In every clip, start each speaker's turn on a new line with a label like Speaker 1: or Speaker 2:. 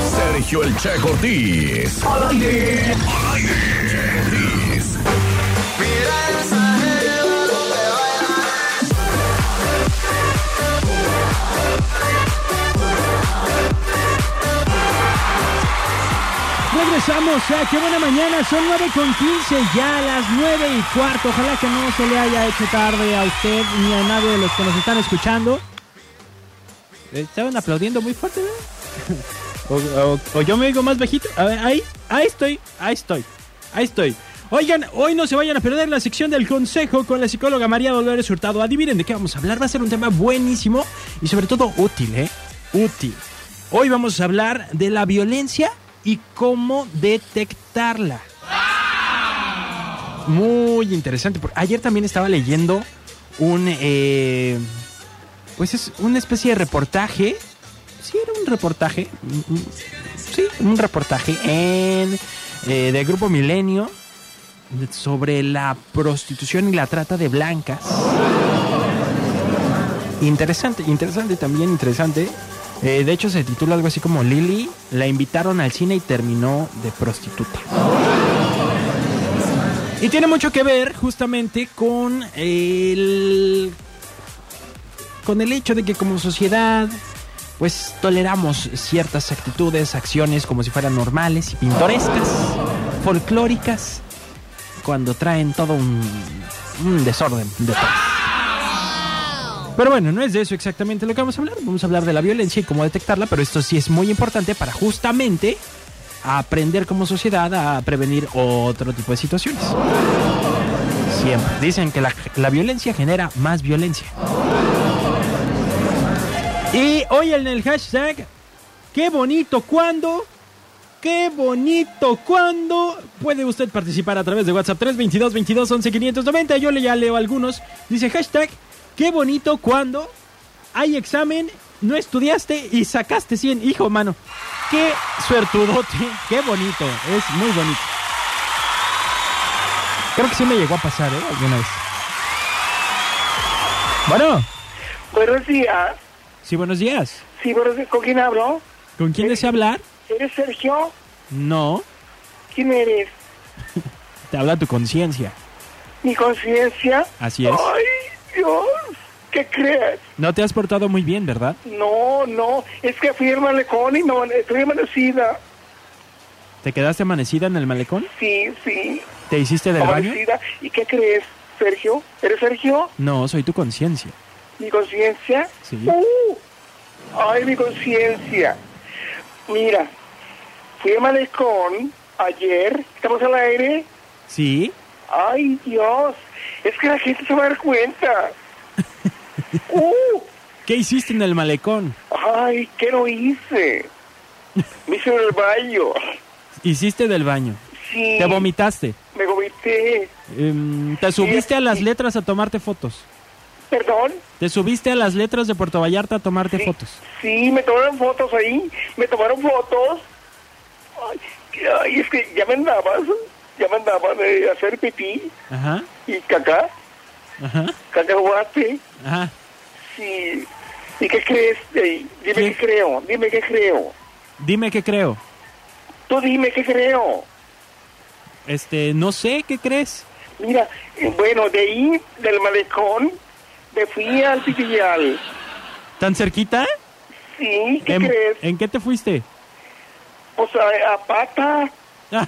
Speaker 1: Sergio El Che Ortiz. Al aire. Al aire.
Speaker 2: Mira esa jeva donde baila.
Speaker 3: Regresamos a qué buena mañana, son 9 con 15 ya, las 9 y cuarto. Ojalá que no se le haya hecho tarde a usted ni a nadie de los que nos están escuchando. Estaban aplaudiendo muy fuerte, ¿no? o, o- o yo me oigo más bajito. A ver, ahí, ahí estoy, ahí estoy, ahí estoy. Oigan, hoy no se vayan a perder la sección del consejo con la psicóloga María Dolores Hurtado. Adivinen de qué vamos a hablar, va a ser un tema buenísimo y sobre todo útil, ¿eh? Útil. Hoy vamos a hablar de la violencia y cómo detectarla. Muy interesante. porque Ayer también estaba leyendo un... eh, pues es una especie de reportaje. Sí, era un reportaje. Mm, mm, Sí, un reportaje en eh, del grupo Milenio sobre la prostitución y la trata de blancas. Interesante, interesante también, interesante. Eh, de hecho, se titula algo así como Lily la invitaron al cine y terminó de prostituta. Y tiene mucho que ver justamente con el con el hecho de que como sociedad pues toleramos ciertas actitudes, acciones como si fueran normales y pintorescas, folclóricas, cuando traen todo un, un desorden detrás. Pero bueno, no es de eso exactamente lo que vamos a hablar. Vamos a hablar de la violencia y cómo detectarla, pero esto sí es muy importante para justamente aprender como sociedad a prevenir otro tipo de situaciones. Siempre. Dicen que la- la violencia genera más violencia. Y hoy en el hashtag, qué bonito cuando, qué bonito cuando. Puede usted participar a través de WhatsApp 322 22 11 590. Yo le ya leo algunos. Dice hashtag, qué bonito cuando hay examen, no estudiaste y sacaste 100. Hijo, mano, qué suertudote, qué bonito, es muy bonito. Creo que sí me llegó a pasar, ¿eh? Alguna vez. Bueno,
Speaker 4: Buenos días.
Speaker 3: sí, buenos días.
Speaker 4: Sí, buenos días. ¿Con quién hablo?
Speaker 3: ¿Con
Speaker 4: ¿Eh?
Speaker 3: quién desea hablar?
Speaker 4: ¿Eres Sergio?
Speaker 3: No,
Speaker 4: ¿Quién eres?
Speaker 3: te habla tu conciencia.
Speaker 4: ¿Mi conciencia?
Speaker 3: Así es.
Speaker 4: Ay, Dios. ¿Qué crees?
Speaker 3: No te has portado muy bien, ¿verdad?
Speaker 4: No, no. Es que fui al malecón y me amane- estoy amanecida.
Speaker 3: ¿Te quedaste amanecida en el malecón?
Speaker 4: Sí, sí.
Speaker 3: ¿Te hiciste del baño?
Speaker 4: Amanecida. ¿Y qué crees, Sergio? ¿Eres Sergio?
Speaker 3: No, soy tu conciencia.
Speaker 4: ¿Mi conciencia?
Speaker 3: Sí.
Speaker 4: ¡Uh! ay, mi conciencia. Mira, fui al malecón ayer. ¿Estamos al aire?
Speaker 3: ¿Sí?
Speaker 4: Ay, Dios, es que la gente se va a dar cuenta. ¡Uh!
Speaker 3: ¿Qué hiciste en el malecón?
Speaker 4: ¡Ay, qué no hice! Me hice en el baño.
Speaker 3: ¿Hiciste del baño?
Speaker 4: Sí.
Speaker 3: ¿Te vomitaste?
Speaker 4: Me vomité.
Speaker 3: Em, ¿Te subiste a las letras a tomarte fotos?
Speaker 4: ¿Perdón?
Speaker 3: ¿Te subiste a las letras de Puerto Vallarta a tomarte
Speaker 4: Sí.
Speaker 3: fotos?
Speaker 4: Sí, me tomaron fotos ahí. Me tomaron fotos. Ay, ay, es que ya me andabas. Ya me andabas de hacer pipí
Speaker 3: Ajá,
Speaker 4: y caca.
Speaker 3: ajá,
Speaker 4: Cacahuate.
Speaker 3: ajá.
Speaker 4: Sí. ¿Y qué crees? Ey, dime
Speaker 3: ¿Qué?
Speaker 4: qué creo. Dime qué creo.
Speaker 3: Dime qué creo.
Speaker 4: Tú dime qué creo.
Speaker 3: Este, no sé, ¿qué crees?
Speaker 4: Mira, eh, bueno, de ahí, del malecón, me fui al Pitillal.
Speaker 3: ¿Tan cerquita?
Speaker 4: Sí, ¿qué
Speaker 3: Em,
Speaker 4: crees?
Speaker 3: ¿En qué te fuiste?
Speaker 4: Pues a, a pata,
Speaker 3: Ah,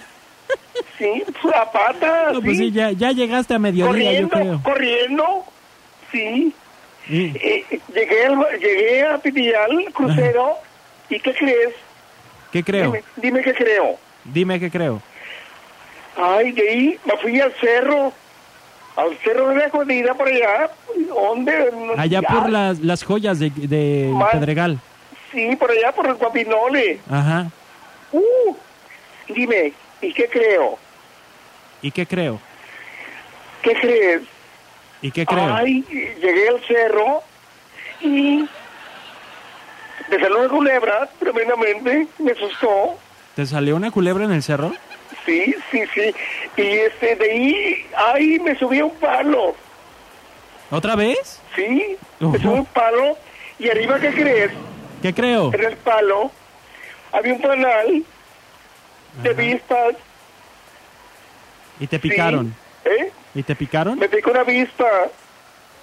Speaker 4: sí, pues, a pata,
Speaker 3: no,
Speaker 4: sí.
Speaker 3: pues sí, ya, ya llegaste a mediodía, yo creo.
Speaker 4: corriendo, corriendo, sí.
Speaker 3: Sí.
Speaker 4: Eh, eh, llegué, al- llegué a Pitillal, crucero, ¿y qué crees?
Speaker 3: ¿Qué creo?
Speaker 4: Dime, dime qué creo.
Speaker 3: Dime qué creo.
Speaker 4: Ay, de ahí me fui al cerro, al cerro de la escondida por allá, ¿dónde? Ah, No-
Speaker 3: Allá por
Speaker 4: Ay,
Speaker 3: las, las joyas de, de
Speaker 4: Mal.
Speaker 3: Pedregal.
Speaker 4: Sí, por allá, por el Guapinole.
Speaker 3: Ajá.
Speaker 4: Uh, dime, ¿y qué creo?
Speaker 3: ¿Y qué creo?
Speaker 4: ¿Qué crees?
Speaker 3: ¿Y qué creo?
Speaker 4: Ay, llegué al cerro y me salió una culebra tremendamente, me asustó.
Speaker 3: ¿Te salió una culebra en el cerro?
Speaker 4: Sí, sí, sí. Y este, de ahí, ay, me subí a un palo,
Speaker 3: ¿Otra vez?
Speaker 4: ¿sí? Me
Speaker 3: Ujú.
Speaker 4: subí a un palo y arriba, ¿qué crees?
Speaker 3: ¿Qué creo?
Speaker 4: En el palo había un canal de
Speaker 3: Ajá.
Speaker 4: vistas.
Speaker 3: Y te
Speaker 4: sí,
Speaker 3: picaron.
Speaker 4: ¿Eh?
Speaker 3: ¿Y te picaron?
Speaker 4: Me picó una vista.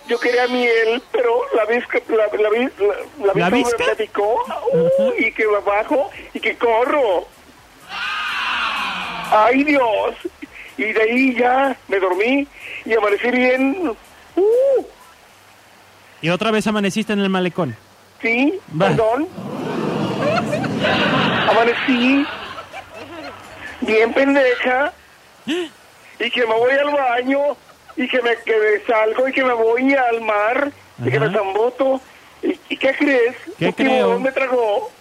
Speaker 4: Yo quería miel, pero la visca, la, la, vis- la,
Speaker 3: ¿La
Speaker 4: la vista
Speaker 3: visca?
Speaker 4: me- me picó uh, y que bajo y que corro. ¡Ay, Dios! Y de ahí ya me dormí y amanecí bien. Uh,
Speaker 3: Y otra vez amaneciste en el malecón.
Speaker 4: sí,
Speaker 3: Va.
Speaker 4: perdón. Amanecí bien pendeja y que me voy al baño y que me, que me salgo y que me voy al mar y que
Speaker 3: Ajá.
Speaker 4: me zamboto. ¿Y, y qué crees?
Speaker 3: ¿Qué
Speaker 4: Un tiburón
Speaker 3: creo?
Speaker 4: me tragó.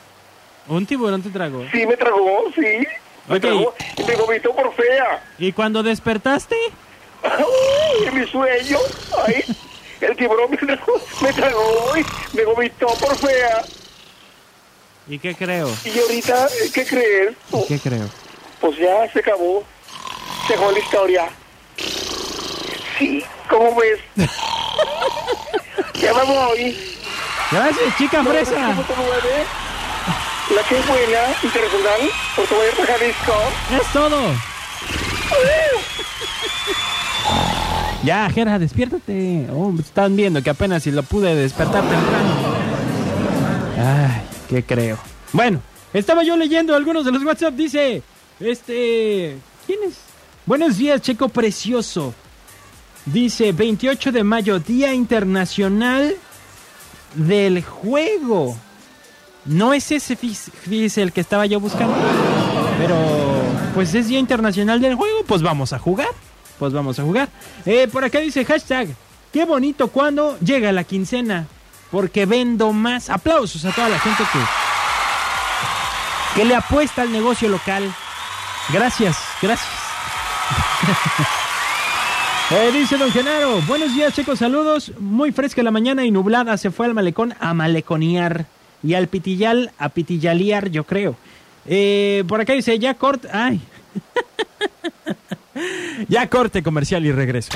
Speaker 3: Un tiburón te tragó.
Speaker 4: Sí, me tragó, sí. Me
Speaker 3: Ok.
Speaker 4: tragó y me vomitó por fea.
Speaker 3: ¿Y cuando despertaste?
Speaker 4: Ay, en mi sueño. Ay, el tiburón me tragó, me tragó y me vomitó por fea.
Speaker 3: ¿Y qué creo?
Speaker 4: Y ahorita, ¿qué crees?
Speaker 3: ¿Y qué creo?
Speaker 4: Pues ya se acabó. Se acabó la historia. Sí, ¿cómo ves? ya me voy.
Speaker 3: Gracias, chica fresa.
Speaker 4: 9.9, ¿eh? La que es buena, internacional, Puerto Vallarta, Jalisco.
Speaker 3: Es todo. Ya, Jera, despiértate. Oh, están viendo que apenas si lo pude despertar temprano. Ay, qué creo. Bueno, estaba yo leyendo algunos de los WhatsApp. Dice, este, ¿quién es? Buenos días, Checo Precioso. Dice, 28 de mayo, Día Internacional del Juego. No es ese fis- fis el que estaba yo buscando. Pero, pues es Día Internacional del Juego, pues vamos a jugar. Pues vamos a jugar. Eh, por acá dice hashtag, qué bonito cuando llega la quincena, porque vendo más. Aplausos a toda la gente que, que le apuesta al negocio local. Gracias, gracias. Eh, dice don Genaro, buenos días chicos, saludos. Muy fresca la mañana y nublada, se fue al malecón a maleconear y al pitillal a pitillalear, yo creo. Eh, por acá dice, ya corte, ay. ya corte comercial y regreso.